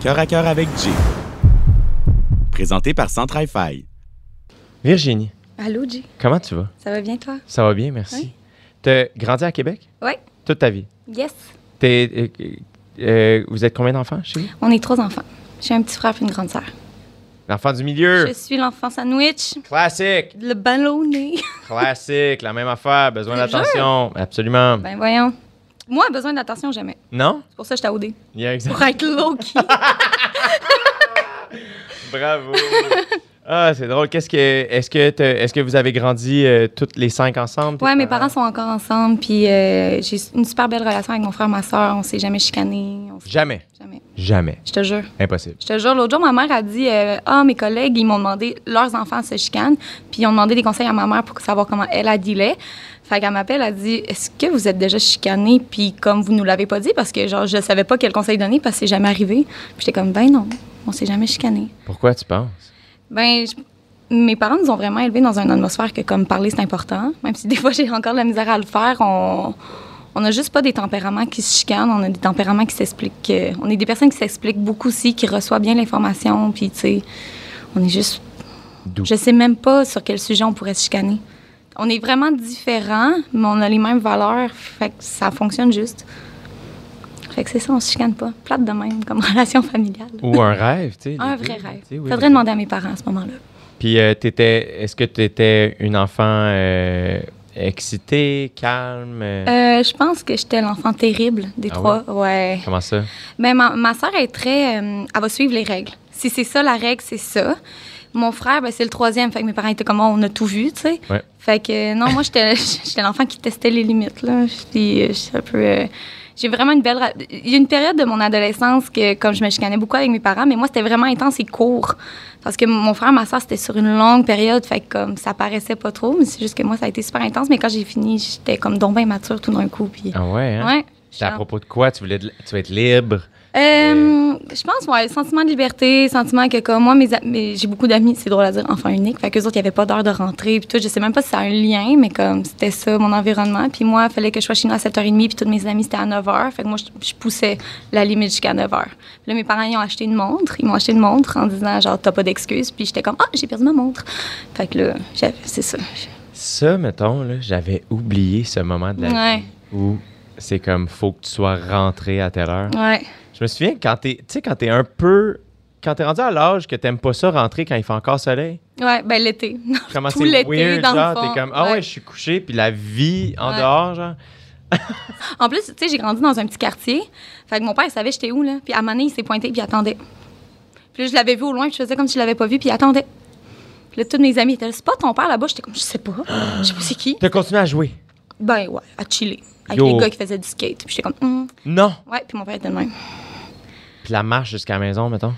Cœur à cœur avec Jeep. Présenté par Centrify. Virginie, Allô, G. comment tu vas? Ça va bien, toi? Ça va bien, merci. Oui. T'as grandi à Québec? Oui. Toute ta vie. Yes. T'es, euh, euh, vous êtes combien d'enfants chez vous? On est trois enfants. J'ai un petit frère et une grande sœur. L'enfant du milieu. Je suis l'enfant sandwich, Classique. le ballonné. Classique. La même affaire. Besoin Je te d'attention. Absolument. Ben voyons. Moi, besoin d'attention jamais. Non? C'est pour ça que je t'ai OD. Il y a exact- Pour être low-key. Bravo. Ah, c'est drôle. Qu'est-ce que, est-ce que, t'as- est-ce que vous avez grandi euh, toutes les cinq ensemble? tes ouais, mes parents sont encore ensemble, puis euh, j'ai une super belle relation avec mon frère et ma sœur. On s'est jamais chicanés. On s'est- Jamais. Jamais. Jamais. Je te jure. Impossible. Je te jure, l'autre jour, ma mère a dit euh, Ah, mes collègues, ils m'ont demandé, leurs enfants se chicanent, puis ils ont demandé des conseils à ma mère pour savoir comment elle a dealé. Fait qu'elle m'appelle, elle dit Est-ce que vous êtes déjà chicané, puis comme vous nous l'avez pas dit, parce que genre, je savais pas quel conseil donner, parce que c'est jamais arrivé. Puis j'étais comme Ben non, on s'est jamais chicané. Pourquoi tu penses? Ben, je- mes parents nous ont vraiment élevés dans une atmosphère que, comme parler, c'est important. Même si des fois, j'ai encore de la misère à le faire, on. On n'a juste pas des tempéraments qui se chicanent, on a des tempéraments qui s'expliquent. euh, On est des personnes qui s'expliquent beaucoup aussi, qui reçoivent bien l'information, puis tu sais, on est juste. Doux. Je sais même pas sur quel sujet on pourrait se chicaner. On est vraiment différents, mais on a les mêmes valeurs, fait que ça fonctionne juste. Fait que c'est ça, on se chicane pas. Plate de même, comme relation familiale. Ou un rêve, tu sais. les Un vrai deux, rêve. tu sais, oui, Faudrait les- demander à mes parents à ce moment-là. Puis, euh, t'étais, est-ce que tu étais une enfant euh, excitée, calme? euh, Euh, je pense que j'étais l'enfant terrible des Ah trois. Ouais. comment ça? Mais ma, ma soeur est très. euh, elle va suivre les règles. Si c'est ça la règle, c'est ça. Mon frère, ben, c'est le troisième. Fait que mes parents étaient comme on a tout vu, tu sais. Ouais. Fait que euh, non, moi, j'étais j'étais l'enfant qui testait les limites. là. J'étais j'étais un peu. euh, j'ai vraiment une belle. ra- Il y a une période de mon adolescence que, comme je me chicanais beaucoup avec mes parents, mais moi, c'était vraiment intense et court. Parce que mon frère, ma soeur, c'était sur une longue période. Fait que, comme, ça paraissait pas trop, mais c'est juste que moi, ça a été super intense. Mais quand j'ai fini, j'étais comme donc ben mature tout d'un coup. Puis. Ah ouais, hein? Ouais. C'était à propos de quoi? Tu voulais, de- tu voulais être libre? Euh, je pense, ouais, le sentiment de liberté, le sentiment que, comme moi, mes, a- mes- j'ai beaucoup d'amis, c'est drôle à dire, enfants uniques, fait qu'eux autres, il n'y avait pas d'heure de rentrée, puis tout. Je sais même pas si ça a un lien, mais comme, c'était ça, mon environnement. Puis moi, il fallait que je sois chez nous à 7h30, puis tous mes amis, c'était à 9h. Fait que moi, je, je poussais la limite jusqu'à 9h. Puis là, mes parents, ils ont acheté une montre. Ils m'ont acheté une montre en disant, genre, t'as pas d'excuses. Puis j'étais comme, ah, j'ai perdu ma montre. Fait que là, j'avais- c'est ça. Ça, mettons, là, j'avais oublié ce moment de la Ouais. vie où c'est comme, faut que tu sois rentré à telle heure. Ouais. Je me souviens, quand t'es, tu sais, quand t'es un peu... Quand t'es rendu à l'âge que t'aimes pas ça rentrer quand il fait encore soleil, Ouais, ben l'été. comment Tout c'est l'été, weird, dans le genre, fond, t'es comme, ah ouais, ouais. je suis couché, puis la vie en Ouais. dehors, genre. En plus, tu sais, j'ai grandi dans un petit quartier. Fait que mon père, il savait j'étais où, là. Puis à un moment donné, il s'est pointé, puis il attendait. Puis là, je l'avais vu au loin, puis je faisais comme si je l'avais pas vu, puis il attendait. Puis là, tous mes amis étaient là, c'est pas ton père là-bas? J'étais comme, je sais pas. Je sais pas c'est qui. T'as continué à jouer? Ben ouais, à chiller. Avec Yo. les gars qui faisaient du skate. Puis j'étais comme, Hum. Non! ouais, puis mon père était de même. Puis la marche jusqu'à la maison, mettons.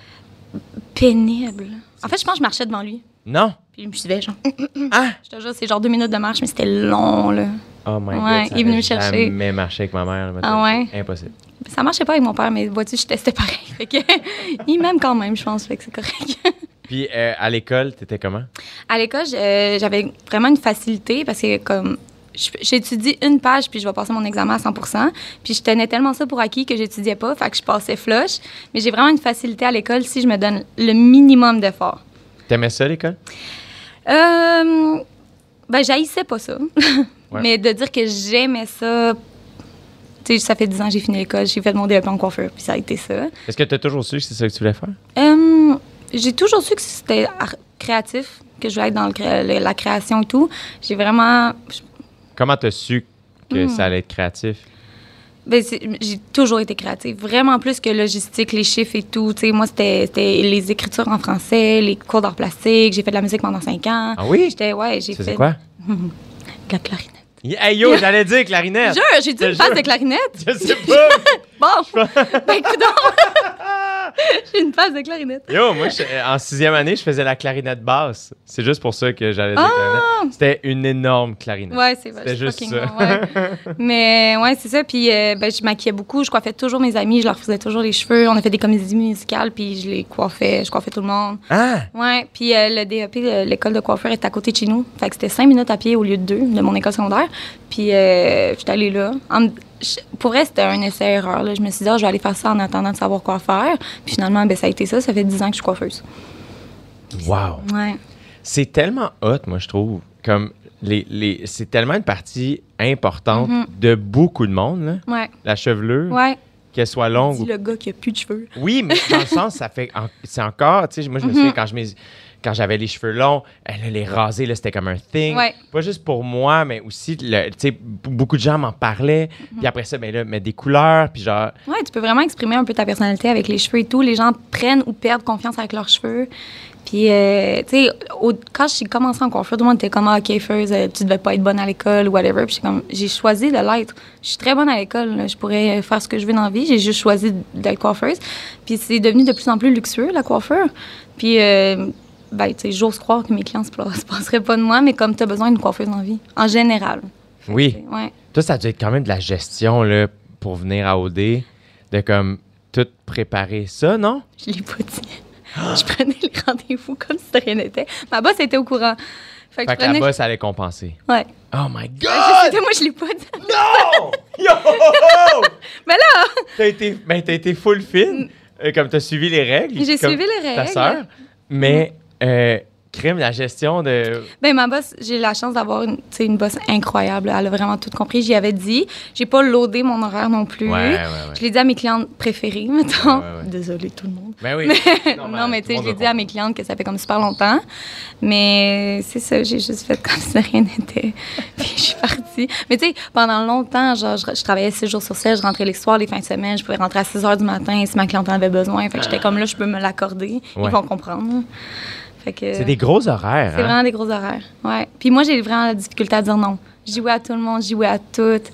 Pénible. En fait, je pense que je marchais devant lui. Non! Puis je me suis dit, genre, Ah! je te jure, c'est genre deux minutes de marche, mais c'était long, là. Oh my Ouais, god. ça il est venu aurait me chercher. jamais marché avec ma mère. le matin. Ah ouais? Impossible. Ça marchait pas avec mon père, mais vois-tu, je testais pareil. Fait que, il m'aime quand même, je pense, fait que c'est correct. Puis euh, à l'école, t'étais comment? À l'école, j'- euh, j'avais vraiment une facilité parce que comme je- j'étudie une page puis je vais passer mon examen à 100 puis je tenais tellement ça pour acquis que j'étudiais pas, fait que je passais flush, mais j'ai vraiment une facilité à l'école si je me donne le minimum d'efforts. T'aimais ça l'école? Euh, ben j'haïssais pas ça. Ouais. Mais de dire que j'aimais ça tu sais, ça fait 10 ans que j'ai fini l'école, j'ai fait mon DEP en coiffeur, puis ça a été ça. Est-ce que t'as toujours su que c'est ça que tu voulais faire? Euh, j'ai toujours su que c'était ar- créatif, que je voulais être dans le cré- le- la création et tout. J'ai vraiment. je- Comment t'as su que Hmm. ça allait être créatif? ben, c'est- j'ai toujours été créative, vraiment plus que logistique, les chiffres et tout. Tu sais, moi, c'était c'était les écritures en français, les cours d'art plastique. J'ai fait de la musique pendant cinq ans. Ah oui? J'étais, ouais, j'ai Tu fait faisais quoi? de la clarinette. Hey yo, j'allais dire clarinette! Jure, j'ai dit Je une passe jure. de clarinette. Je sais pas! Bon, ben, coudonc. j'ai une passe de clarinette. Yo, moi, je- euh, en sixième année, je faisais la clarinette basse. C'est juste pour ça que j'allais dire clarinette. C'était une énorme clarinette. Ah! Ouais, c'est vrai. C'était c'est juste fucking ça. bon, ouais. Mais ouais, c'est ça. Puis euh, ben, je maquillais beaucoup. Je coiffais toujours mes amis. Je leur faisais toujours les cheveux. On a fait des comédies musicales. Puis je les coiffais. Je coiffais tout le monde. Ah! Ouais. Puis euh, le DEP, euh, l'école de coiffure, était à côté de chez nous. Fait que c'était cinq minutes à pied au lieu de deux de mon école secondaire. Puis euh, j'étais allée là. En me- je- pour vrai, c'était un essai-erreur. là. Je me suis dit, Ah, je vais aller faire ça en attendant de savoir quoi faire. Puis finalement, ben, ça a été ça. Ça fait 10 ans que je suis coiffeuse. Wow. Ouais. C'est tellement hot, moi, je trouve. Comme les, les, c'est tellement une partie importante de beaucoup de monde, là. Ouais. la chevelure, Mhm. Ouais. qu'elle soit longue Dis ou le gars qui a plus de cheveux. Oui, mais dans le sens, ça fait. en- C'est encore. Tu sais, moi, je me Mhm. souviens quand je m'ai- Quand j'avais les cheveux longs, euh, là, les rasés, là, c'était comme un thing. Ouais. Pas juste pour moi, mais aussi, le- tu sais, b- beaucoup de gens m'en parlaient. Mhm. Puis après ça, ben là, mettre des couleurs, puis genre, Ouais, tu peux vraiment exprimer un peu ta personnalité avec les cheveux et tout. Les gens prennent ou perdent confiance avec leurs cheveux. Puis, euh, tu sais, au- quand j'ai commencé en coiffure, tout le monde était comme, ah, OK, Feuze, euh, tu devais pas être bonne à l'école ou whatever. Puis, j'ai comme, j'ai choisi de l'être. Je suis très bonne à l'école. là. Je pourrais euh, faire ce que je veux dans la vie. J'ai juste choisi d'être coiffeuse. Puis, c'est devenu de plus en plus luxueux, la coiffure. Puis, euh, ben, tu sais, j'ose croire que mes clients se pla- se passeraient pas de moi, mais comme tu as besoin d'une coiffeuse dans la vie, en général. oui. Ouais. Toi, ça doit être quand même de la gestion, là, pour venir à OD, de comme tout préparer ça, non? Je l'ai pas dit. je prenais les rendez-vous comme si de rien n'était. Ma boss était au courant. Fait Fait que je que la prenais. bosse allait compenser. Ouais. Oh my Je sais God! pas, moi, je l'ai pas dit. Non! Yo! Mais là, T'as été, ben, t'as été full fine, euh, comme t'as suivi les règles. J'ai comme suivi les Ta règles. Mm-hmm. sœur. Mais, euh, crime, la gestion de. ben, ma boss, j'ai la chance d'avoir une, tu sais, une boss incroyable. Elle a vraiment tout compris. J'y avais dit. J'ai pas laudé mon horaire non plus. Je l'ai dit à mes clientes préférées, mettons. Ouais, ouais, ouais. Désolée, tout le monde. Ben oui. Non, mais tu sais, je l'ai dit à mes clientes que ça fait comme super longtemps. Mais c'est ça, j'ai juste fait comme si de rien n'était. Puis je suis partie. Mais tu sais, pendant longtemps, genre, je, je travaillais six jours sur 7, je rentrais les soirs, les fins de semaine, je pouvais rentrer à 6 heures du matin si ma cliente en avait besoin. Fait que j'étais comme là, je peux me l'accorder. Ah. Ouais. Ils vont comprendre. Fait que. C'est des gros horaires. C'est hein? vraiment des gros horaires. Ouais. Puis moi, j'ai vraiment la difficulté à dire non. J'y jouais à tout le monde, j'y jouais à toutes.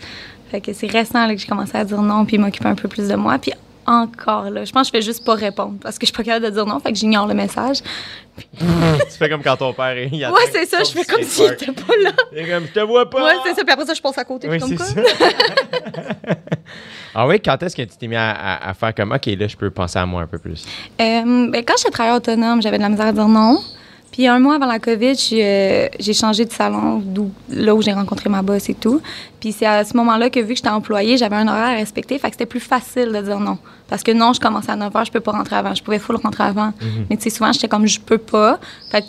Fait que c'est récent là, que j'ai commencé à dire non puis m'occuper un peu plus de moi. Puis encore, là, je pense que je fais juste pas répondre parce que je suis pas capable de dire non, fait que j'ignore le message. tu fais comme quand ton père est. il attend ouais, que c'est tu ça, sortes je fais du comme si skatepark. j'étais pas là. Il est comme, je te vois pas. Ouais, c'est ça. Puis après ça, je passe à côté. Oui, puis c'est comme ça. ah oui, quand est-ce que tu t'es mis à, à- à faire comme, OK, là, je peux penser à moi un peu plus? Euh, ben, quand j'étais travailleur autonome, j'avais de la misère à dire non. Puis un mois avant la COVID, j'ai euh, j'ai changé de salon, d'où- là où j'ai rencontré ma boss et tout. Puis c'est à ce moment-là que, vu que j'étais employée, j'avais un horaire à respecter, fait que c'était plus facile de dire non. Parce que non, je commençais à 9 h, je peux pas rentrer avant. Je pouvais full rentrer avant. Mais tu sais, souvent, j'étais comme, je peux pas. Fait que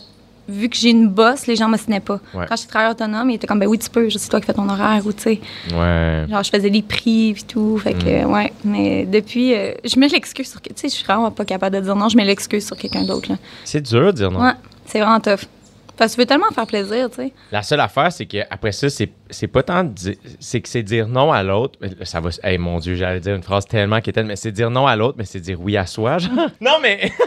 vu que j'ai une bosse, les gens m'assignaient pas. Ouais. Quand j'étais travailleur autonome, ils étaient comme, ben oui, tu peux, c'est toi qui fais ton horaire ou tu sais. Ouais. Genre, je faisais des prix et tout. Fait que, Mm. euh, ouais. Mais depuis, euh, je mets l'excuse sur. que- Tu sais, je suis vraiment pas capable de dire non, je mets l'excuse sur quelqu'un d'autre. là. C'est dur de dire non. Ouais, c'est vraiment tough. Parce que tu veux tellement faire plaisir, tu sais. La seule affaire, c'est qu'après ça, c'est c'est pas tant de dire- c'est que c'est dire non à l'autre. Mais là, Ça va. Hey, mon Dieu, j'allais dire une phrase tellement qui est telle, mais c'est dire non à l'autre, mais c'est dire oui à soi. genre. non, mais.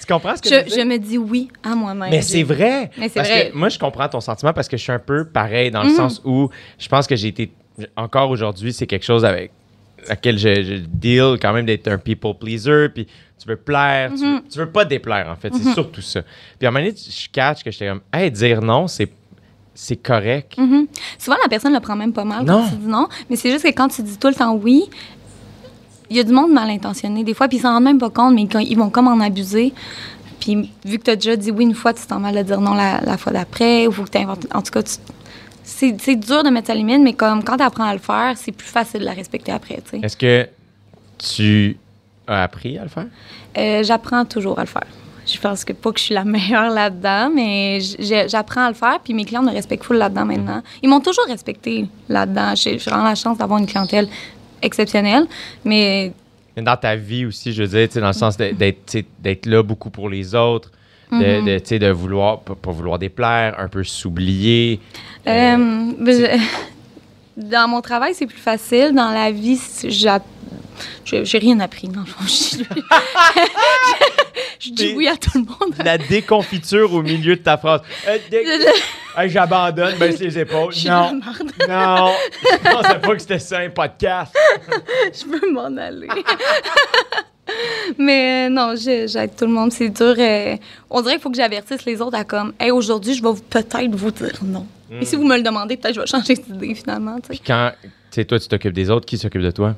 tu comprends ce que je veux Je, dire? je me dis oui à moi-même. Mais c'est vrai. Mais c'est Parce vrai. Mm. que moi, je comprends ton sentiment parce que je suis un peu pareil dans le sens où je pense que j'ai été. Encore aujourd'hui, c'est quelque chose avec laquelle je, je deal quand même d'être un people pleaser. Puis tu veux plaire, tu, Mm-hmm. veux, tu veux pas déplaire en fait. C'est surtout ça. Puis à un moment donné, tu- je catch que j'étais comme, hey, dire non, c'est c'est correct. Mhm. Souvent, la personne le prend même pas mal Non. quand tu dis non. Mais c'est juste que quand tu dis tout le temps oui, il y a du monde mal intentionné des fois, puis ils s'en rendent même pas compte, mais ils, ils vont comme en abuser. Puis vu que tu as déjà dit oui une fois, tu t'en mal à dire non la, la fois d'après, ou faut que tu En tout cas, tu- c'est c'est dur de mettre sa limite, mais comme quand tu apprends à le faire, c'est plus facile de la respecter après. tu sais. Est-ce que tu as appris à le faire? Euh, j'apprends toujours à le faire. Je pense que pas que je suis la meilleure là-dedans, mais j- j'ai- j'apprends à le faire. Puis mes clients me respectent full là-dedans maintenant. Ils m'ont toujours respecté là-dedans. J'ai j'ai vraiment la chance d'avoir une clientèle exceptionnelle. Mais Mais dans ta vie aussi, je veux dire, tu sais, dans le sens Mm. de- d'être tu sais, d'être là beaucoup pour les autres, de, de, Mm-hmm. tu sais, de vouloir, pas, pas vouloir déplaire, un peu s'oublier. euh, ben, je- dans mon travail, c'est plus facile. Dans la vie, c'est- j'a- je- j'ai rien appris. Dans le fond, je, je dis T'es- oui à tout le monde. La déconfiture au milieu de ta phrase. Euh, dé- Hey, J'abandonne, baisse les épaules. Je suis dans la Non, merde. non, je pensais pas que c'était ça un podcast. je veux m'en aller. Mais euh, non, je- j'aide tout le monde. C'est dur. euh, on dirait qu'il faut que j'avertisse les autres à comme, hey, aujourd'hui, je vais vous- peut-être vous dire non. Et Hmm. si vous me le demandez, peut-être je vais changer d'idée finalement. tu sais. Puis quand, tu sais, toi, tu t'occupes des autres, qui s'occupe de toi?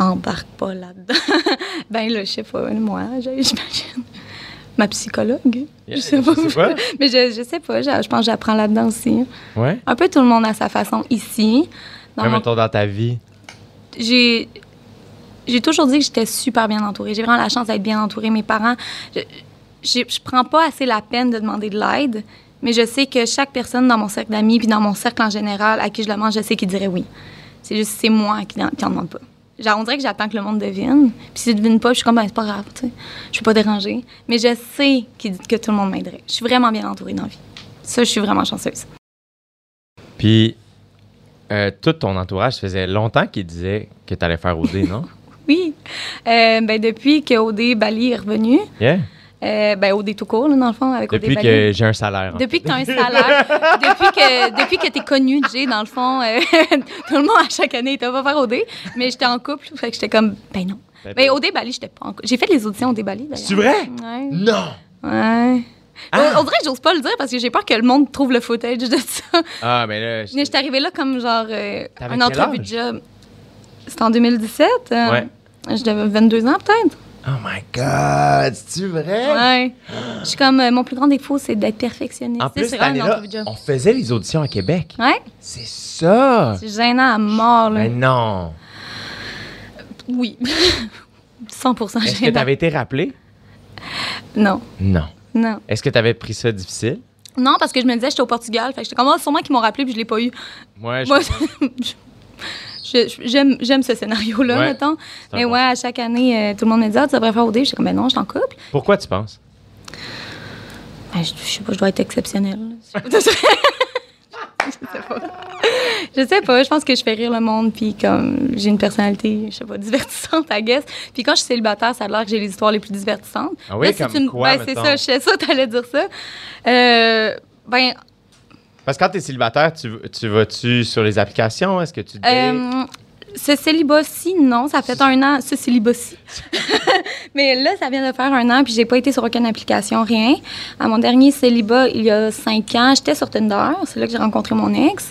Embarque pas là-dedans. ben là, je sais pas, moi, j'ai- j'imagine. Ma psychologue. Yeah, je sais je pas. sais pas. Mais je, je sais pas, je, je pense que j'apprends là-dedans aussi. Ouais? Un peu tout le monde à sa façon ici. Dans Même mon- mettons dans ta vie. j'ai j'ai toujours dit que j'étais super bien entourée. J'ai vraiment la chance d'être bien entourée. Mes parents, je, je, je prends pas assez la peine de demander de l'aide, mais je sais que chaque personne dans mon cercle d'amis puis dans mon cercle en général à qui je demande, je sais qu'il dirait oui. C'est juste c'est moi qui n'en- qui en demande pas. Genre, on dirait que j'attends que le monde devine. Puis si ne devine pas, je suis comme, ben, c'est pas grave, tu sais. Je suis pas dérangée. Mais je sais qu'il- que tout le monde m'aiderait. Je suis vraiment bien entourée dans la vie. Ça, je suis vraiment chanceuse. Puis, euh, tout ton entourage, ça faisait longtemps qu'il disait que tu allais faire OD, non? Oui. Euh, ben, depuis que OD Bali est revenu, Yeah. Euh, ben, au tout court, là, dans le fond, avec au Depuis que j'ai un salaire. en Depuis que tu as un salaire, depuis que, depuis que tu es connu, Jay, dans le fond, euh, tout le monde à chaque année, tu vas faire OD, mais j'étais en couple, fait que j'étais comme, ben non. fait. Ben, au Bali, j'étais pas en couple. J'ai fait les auditions au Bali, d'ailleurs. C'est vrai? Ouais. Non! Ah. Ouais. Euh, On, on dirait que j'ose pas le dire parce que j'ai peur que le monde trouve le footage de ça. Ah, mais là, Mais j'étais arrivée là comme genre euh, T'avais un quel entrevue de âge? job. C'était en 2017. euh, Ouais. Je devais 22 ans peut-être. Oh my God, c'est-tu vrai? Ouais. Je suis comme, euh, mon plus grand défaut, c'est d'être perfectionniste. En Tu sais, plus, c'est cette vraiment une année-là, entrevue de job. on faisait les auditions à Québec. Ouais, C'est ça! c'est gênant à mort, là. Mais non! Oui. 100% Est-ce que gênant. tu avais été rappelé? Non, Non. non. Est-ce que tu avais pris ça difficile? Non, parce que je me disais, j'étais au Portugal. Fait que j'étais comme, Ah, sûrement qu'ils m'ont rappelé, puis je l'ai pas eu. Moi, je Moi, je- je- j'aime, j'aime ce scénario-là, Ouais. un mettons. Mais bon ouais, à chaque année, euh, tout le monde me dit, ah, tu devrais faire au dé. J'étais comme, ben non, je suis en couple. Pourquoi tu penses? Ben, je, je sais pas, je dois être exceptionnelle. là. Je sais pas. Je sais pas, je pense que je fais rire le monde, puis comme j'ai une personnalité, je sais pas, divertissante, I guess. Puis quand je suis célibataire, ça a l'air que j'ai les histoires les plus divertissantes. Ah oui, Là, si comme tu me- quoi, ben, c'est mettons? ça, je sais ça, t'allais dire ça. Euh, ben, Parce que quand tu es célibataire, tu, tu vas-tu sur les applications? Est-ce que tu dates? euh, ce célibat-ci, non, ça fait un an, ce célibat-ci. Mais là, ça vient de faire un an, puis j'ai pas été sur aucune application, rien. À mon dernier célibat, il y a cinq ans, j'étais sur Tinder, c'est là que j'ai rencontré mon ex.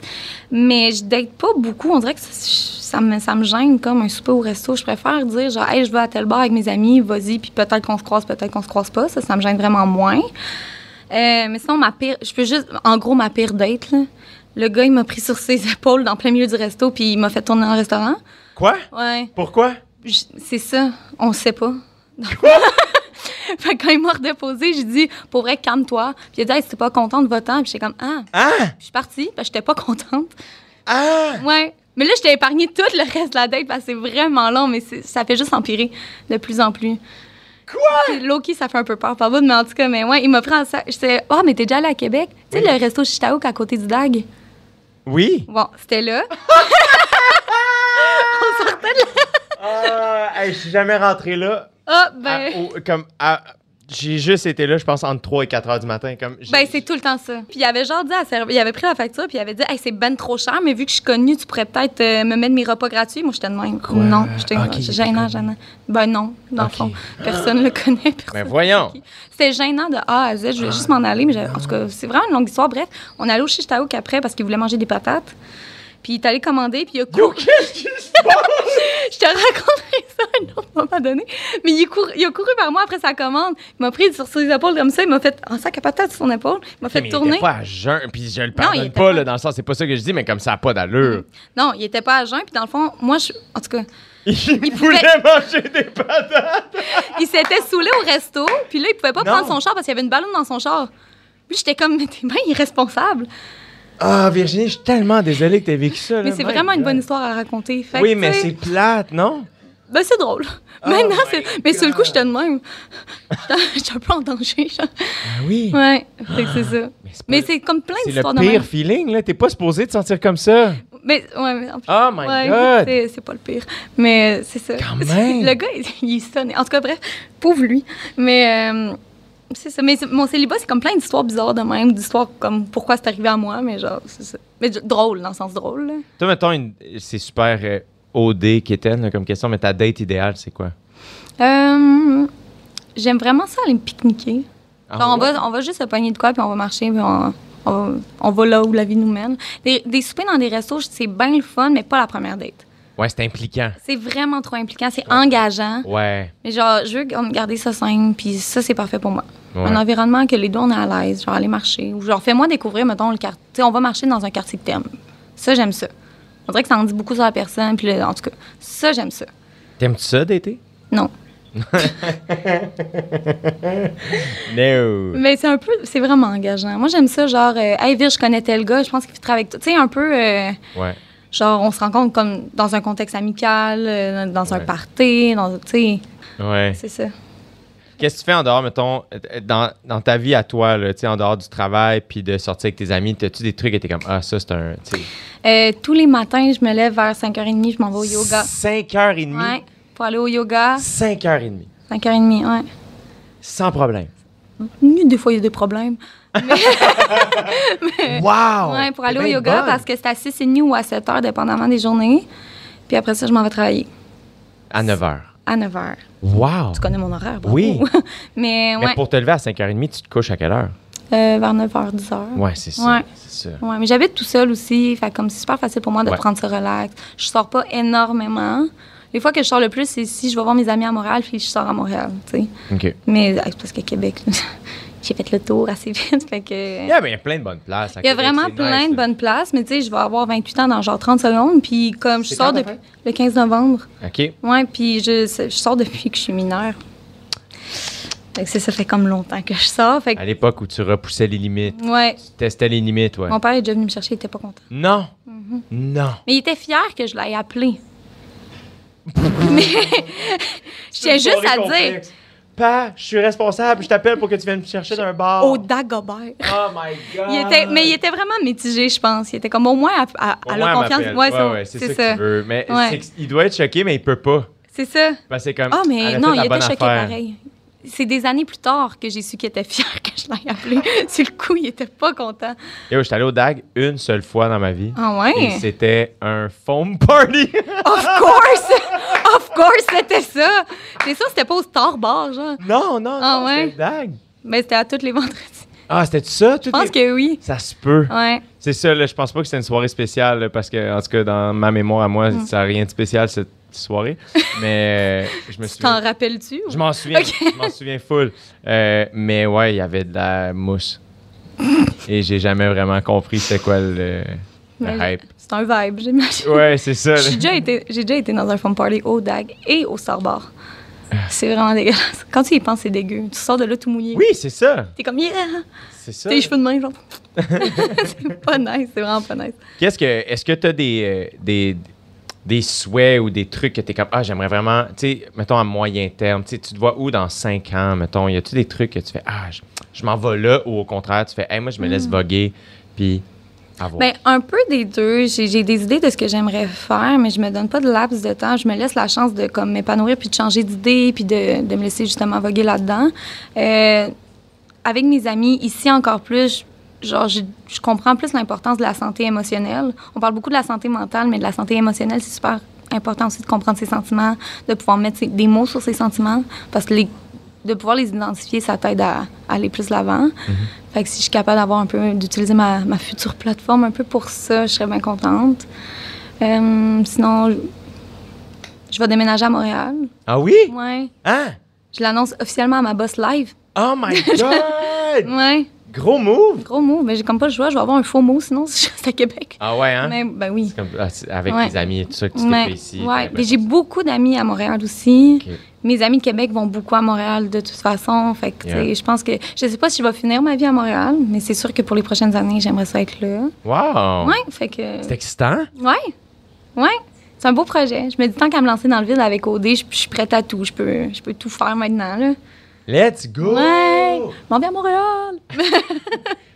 Mais je date pas beaucoup, on dirait que ça, ça me, ça me gêne comme un souper au resto. Je préfère dire genre, hey, je vais à tel bar avec mes amis, vas-y, puis peut-être qu'on se croise, peut-être qu'on se croise pas. Ça, ça me gêne vraiment moins. Euh, mais sinon, ma pire. Je peux juste. En gros, ma pire date, là, Le gars, il m'a pris sur ses épaules dans plein milieu du resto, puis il m'a fait tourner en restaurant. Quoi? Ouais. Pourquoi? J- C'est ça, on sait pas. fait que quand il m'a redéposé, j'ai dit, pour vrai, calme-toi. Puis il a dit, hey, si t'es pas contente, va-t'en. Puis j'étais comme, ah. Ah! Puis je suis partie, parce que j'étais pas contente. Ah! Ouais. Mais là, je t'ai épargné tout le reste de la date parce que c'est vraiment long, mais c'est- ça fait juste empirer de plus en plus. Quoi? Loki, ça fait un peu peur, pas vous, mais en tout cas, mais ouais, il m'a pris en sac. J'étais, ah, mais t'es déjà allé à Québec? Tu sais, le resto Chitaouk à côté du DAG? Oui! Bon, c'était là. Ah! hey, je suis jamais rentré là. Ah, Ah, ben. oh, comme, ah, j'ai juste été là, je pense, entre 3 et 4 heures du matin. Comme, j'ai- Ben, c'est tout le temps ça. Puis il avait genre dit à la serve- il avait pris la facture, puis il avait dit, hey, c'est ben trop cher, mais vu que je suis connue, tu pourrais peut-être euh, me mettre mes repas gratuits. Moi, j'étais de même. Non, j'étais Ah, Ok, j'étais gênant, ok. gênant. Ben non, dans Ok. le fond. Personne le connaît. Personne Ben voyons. sait qui. C'était gênant de A à Z. Je voulais juste m'en aller, mais j'avais- en tout cas, c'est vraiment une longue histoire. Bref, on allait au Chichtaouk après parce qu'il voulait manger des patates. Puis il est allé commander, puis il a Yo, couru. qu'est-ce qui se passe? Je te raconterai ça à un autre moment donné. Mais il, cour- il a couru vers moi après sa commande. Il m'a pris sur ses épaules comme ça. Il m'a fait un sac à patates sur son épaule. Il m'a fait Mais il était tourner. pas à jeun, puis je le il pardonne était pas, pas- là, dans le sens, c'est pas ça que je dis, mais comme ça a pas d'allure. Non, il était pas à jeun. Puis dans le fond, moi, je... en tout cas, Il, pouvait- voulait manger des patates! il s'était saoulé au resto. Puis là, il pouvait pas Non. prendre son char parce qu'il y avait une ballonne dans son char. Puis j'étais comme, mais t'es bien irresponsable. Ah, Virginie, je suis tellement désolée que t'aies vécu ça. Mais c'est vraiment une bonne histoire à raconter. Fait Oh Oui, que, mais tu sais, c'est plate, non? Ben, c'est drôle. Oh my Maintenant, c'est... Mais sur le coup, God. j'étais de même. J'étais j'étais un peu en danger. genre. Ah oui. Ouais, fait que c'est ça. Mais c'est pas- Mais c'est comme plein c'est d'histoires le de même. pire feeling, là. T'es pas supposé te sentir comme ça. Mais, ouais, mais en plus, Oh my ouais, God! C'est, c'est pas le pire. Mais c'est ça. Quand même! Le gars, il, il est sonné. En tout cas, bref, pauvre lui. Mais euh, c'est ça. Mais c'est- mon célibat, c'est comme plein d'histoires bizarres de même, d'histoires comme pourquoi c'est arrivé à moi, mais genre, c'est ça. Mais d- drôle, dans le sens drôle. là. Toi, mettons, une- c'est super euh, OD, Kéten, là, comme question, mais ta date idéale, c'est quoi? Euh, j'aime vraiment ça aller me pique-niquer. Ah Genre, on, ouais? va, on va juste se pogner de quoi, puis on va marcher, puis on, on va, on va là où la vie nous mène. Des, des soupers dans des restos, c'est bien le fun, mais pas la première date. Ouais, c'est impliquant. C'est vraiment trop impliquant, c'est engageant. Ouais. Mais genre, je veux g- garder ça simple, puis ça, c'est parfait pour moi. Ouais. Un environnement que les deux, on est à l'aise, genre aller marcher. Ou genre, fais-moi découvrir, mettons, le quartier. Tu sais, on va marcher dans un quartier que t'aimes. Ça, j'aime ça. On dirait que ça en dit beaucoup sur la personne. Puis là, en tout cas, ça, j'aime ça. T'aimes-tu ça, d'été? Non. No. Mais c'est un peu, c'est vraiment engageant. Moi, j'aime ça, genre, euh, hey, Vir, je connais tel gars, je pense qu'il travaille avec toi. Tu sais, un peu, euh, Ouais. genre, on se rencontre comme dans un contexte amical, euh, dans un Ouais. party, dans, tu sais, Ouais. c'est ça. Qu'est-ce que tu fais en dehors, mettons, euh, dans, dans ta vie à toi, là, tu sais, en dehors du travail, puis de sortir avec tes amis, t'as-tu des trucs et t'es comme, ah, ça, c'est un. tu sais. Euh, tous les matins, je me lève vers 5h30, je m'en vais au yoga. 5h30. Ouais, pour aller au yoga, 5h30. 5h30, ouais. Sans problème. Oui, Des fois, il y a des problèmes. Wow! ouais, pour aller au Ben yoga, bonne. parce que c'est à 6h30 ou à 7h, dépendamment des journées. Puis après ça, je m'en vais travailler À 9h. à 9h. Wow! Tu connais mon horaire, bravo. Oui. Mais, Mais ouais, pour te lever à 5h30, tu te couches à quelle heure? euh, vers 9h, 10h. Ouais, c'est ça. Ouais. C'est ça. Ouais, mais j'habite tout seul aussi, fait comme c'est super facile pour moi de Ouais. prendre ce relax. Je sors pas énormément. Les fois que je sors le plus, c'est si je vais voir mes amis à Montréal, puis je sors à Montréal, tu sais. OK. Mais euh, c'est parce que Québec, là, j'ai fait le tour assez vite, fait que... Il y a, mais il y a plein de bonnes places. à Il y a Québec, vraiment c'est plein nice, de là. bonnes places, mais tu sais, je vais avoir 28 ans dans genre 30 secondes, puis comme je C'est sors quand ta depuis le 15 novembre, OK. ouais, puis je, je sors depuis que je suis mineure. Fait que ça, ça fait comme longtemps que je sors, fait que, À l'époque où tu repoussais les limites, ouais. tu testais les limites, ouais. Mon père est déjà venu me chercher, il était pas content. Non! Non! Mais il était fier que je l'aie appelé. Mais je tiens juste à dire Pas, je suis responsable, je t'appelle pour que tu viennes me chercher d'un bar. au Dagobert. Oh my God! Il était, mais il était vraiment mitigé, je pense. Il était comme au moins à, à- Au moins, à la elle confiance. m'appelle. Ouais, ouais, ouais, c'est ça, qu'il veut. Mais Ouais. c'est que- il doit être choqué, mais il peut pas. C'est ça. Parce que c'est comme. Ah, elle mais a non, fait il la était bonne choqué affaire. pareil. C'est des années plus tard que j'ai su qu'il était fier que je l'aie appelé. Sur le coup, il était pas content. Yo, j'étais allé au DAG une seule fois dans ma vie. Ah Et ouais? c'était un foam party! Of course! of course, c'était ça! C'est sûr, c'était pas au Star Bar, genre. non, non, Ah non, ouais? c'était le DAG. Mais c'était à tous les vendredis. Ah, c'était ça? Je pense que oui. Ça se peut. Ouais. C'est ça, là, je pense pas que c'était une soirée spéciale, là, parce que, en tout cas, dans ma mémoire à moi, Mm. ça n'a rien de spécial, cette soirée. Mais euh, je me Tu t'en souviens. rappelles-tu? ou- Je m'en souviens. Ok. Je m'en souviens full. Euh, mais ouais, il y avait de la mousse. Et j'ai jamais vraiment compris c'était quoi le, le Mais hype. C'est un vibe, j'imagine. Ouais, c'est ça. là. J'ai déjà, été, j'ai déjà été dans un foam party au DAG et au Star Bar. C'est vraiment dégueulasse. Quand tu y penses, c'est dégueu. Tu sors de là tout mouillé. Ah. Oui, c'est ça. T'es comme, yeah! C'est ça. Tes cheveux de main, genre. c'est pas nice, c'est vraiment pas nice. Qu'est-ce que, est-ce que tu as des, euh, des, des souhaits ou des trucs que tu es comme, ah, j'aimerais vraiment, tu sais, mettons à moyen terme, tu sais, tu te vois où dans cinq ans, mettons, y a-tu des trucs que tu fais, ah, je, je m'en vais là, ou au contraire, tu fais, hey, moi, je me laisse voguer, puis avoir. Mm. Ben, un peu des deux. J'ai, j'ai des idées de ce que j'aimerais faire, mais je me donne pas de laps de temps. Je me laisse la chance de comme, m'épanouir, puis de changer d'idée, puis de, de me laisser justement voguer là-dedans. Euh, avec mes amis, ici encore plus, je- genre, je, je comprends plus l'importance de la santé émotionnelle. On parle beaucoup de la santé mentale, mais de la santé émotionnelle, c'est super important aussi de comprendre ses sentiments, de pouvoir mettre ses- des mots sur ses sentiments, parce que les, de pouvoir les identifier, ça t'aide à, à aller plus l'avant. Fait que si je suis capable d'avoir un peu, d'utiliser ma, ma future plateforme un peu pour ça, je serais bien contente. Euh, sinon, je- je vais déménager à Montréal. ah oui? Ouais. Hein? Je l'annonce officiellement à ma boss live. Oh my God! Ouais. Gros move! Gros mot, mais j'ai comme pas le choix, je vais avoir un faux mot sinon si je reste à Québec. Ah ouais, hein? Mais ben oui. C'est comme, ah, c'est avec Ouais. tes amis et tout ça que tu t'es Mais, fait ici. ben, ouais. t'as Mais j'ai l'impression- beaucoup d'amis à Montréal aussi. Ok. Mes amis de Québec vont beaucoup à Montréal de toute façon. Fait que, tu sais, Yeah. je pense que je sais pas si je vais finir ma vie à Montréal, mais c'est sûr que pour les prochaines années, j'aimerais ça être là. Wow! Ouais, fait que C'est excitant? ouais. Ouais. C'est un beau projet. Je me dis tant qu'à me lancer dans le vide avec OD, je, je suis prête à tout. Je peux, je peux tout faire maintenant. Là. Let's go! Ouais. Je m'en vais à Montréal.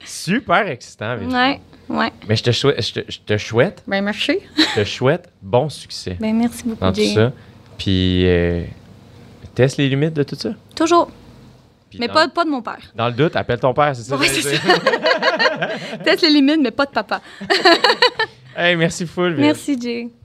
Super excitant, Virginie. Ouais. Ouais. Mais je te, souhaite, je te- je te souhaite, Ben merci. je te souhaite bon succès. Ben merci beaucoup. dans tout Jay. ça. Puis, euh, teste les limites de tout ça. Toujours. Puis Mais dans, pas, pas de mon père. Dans le doute, appelle ton père, c'est ça? que Ouais, j'allais c'est dire. Peut-être les limites, mais pas de papa. hey, merci, full. Viv. Merci, Jay.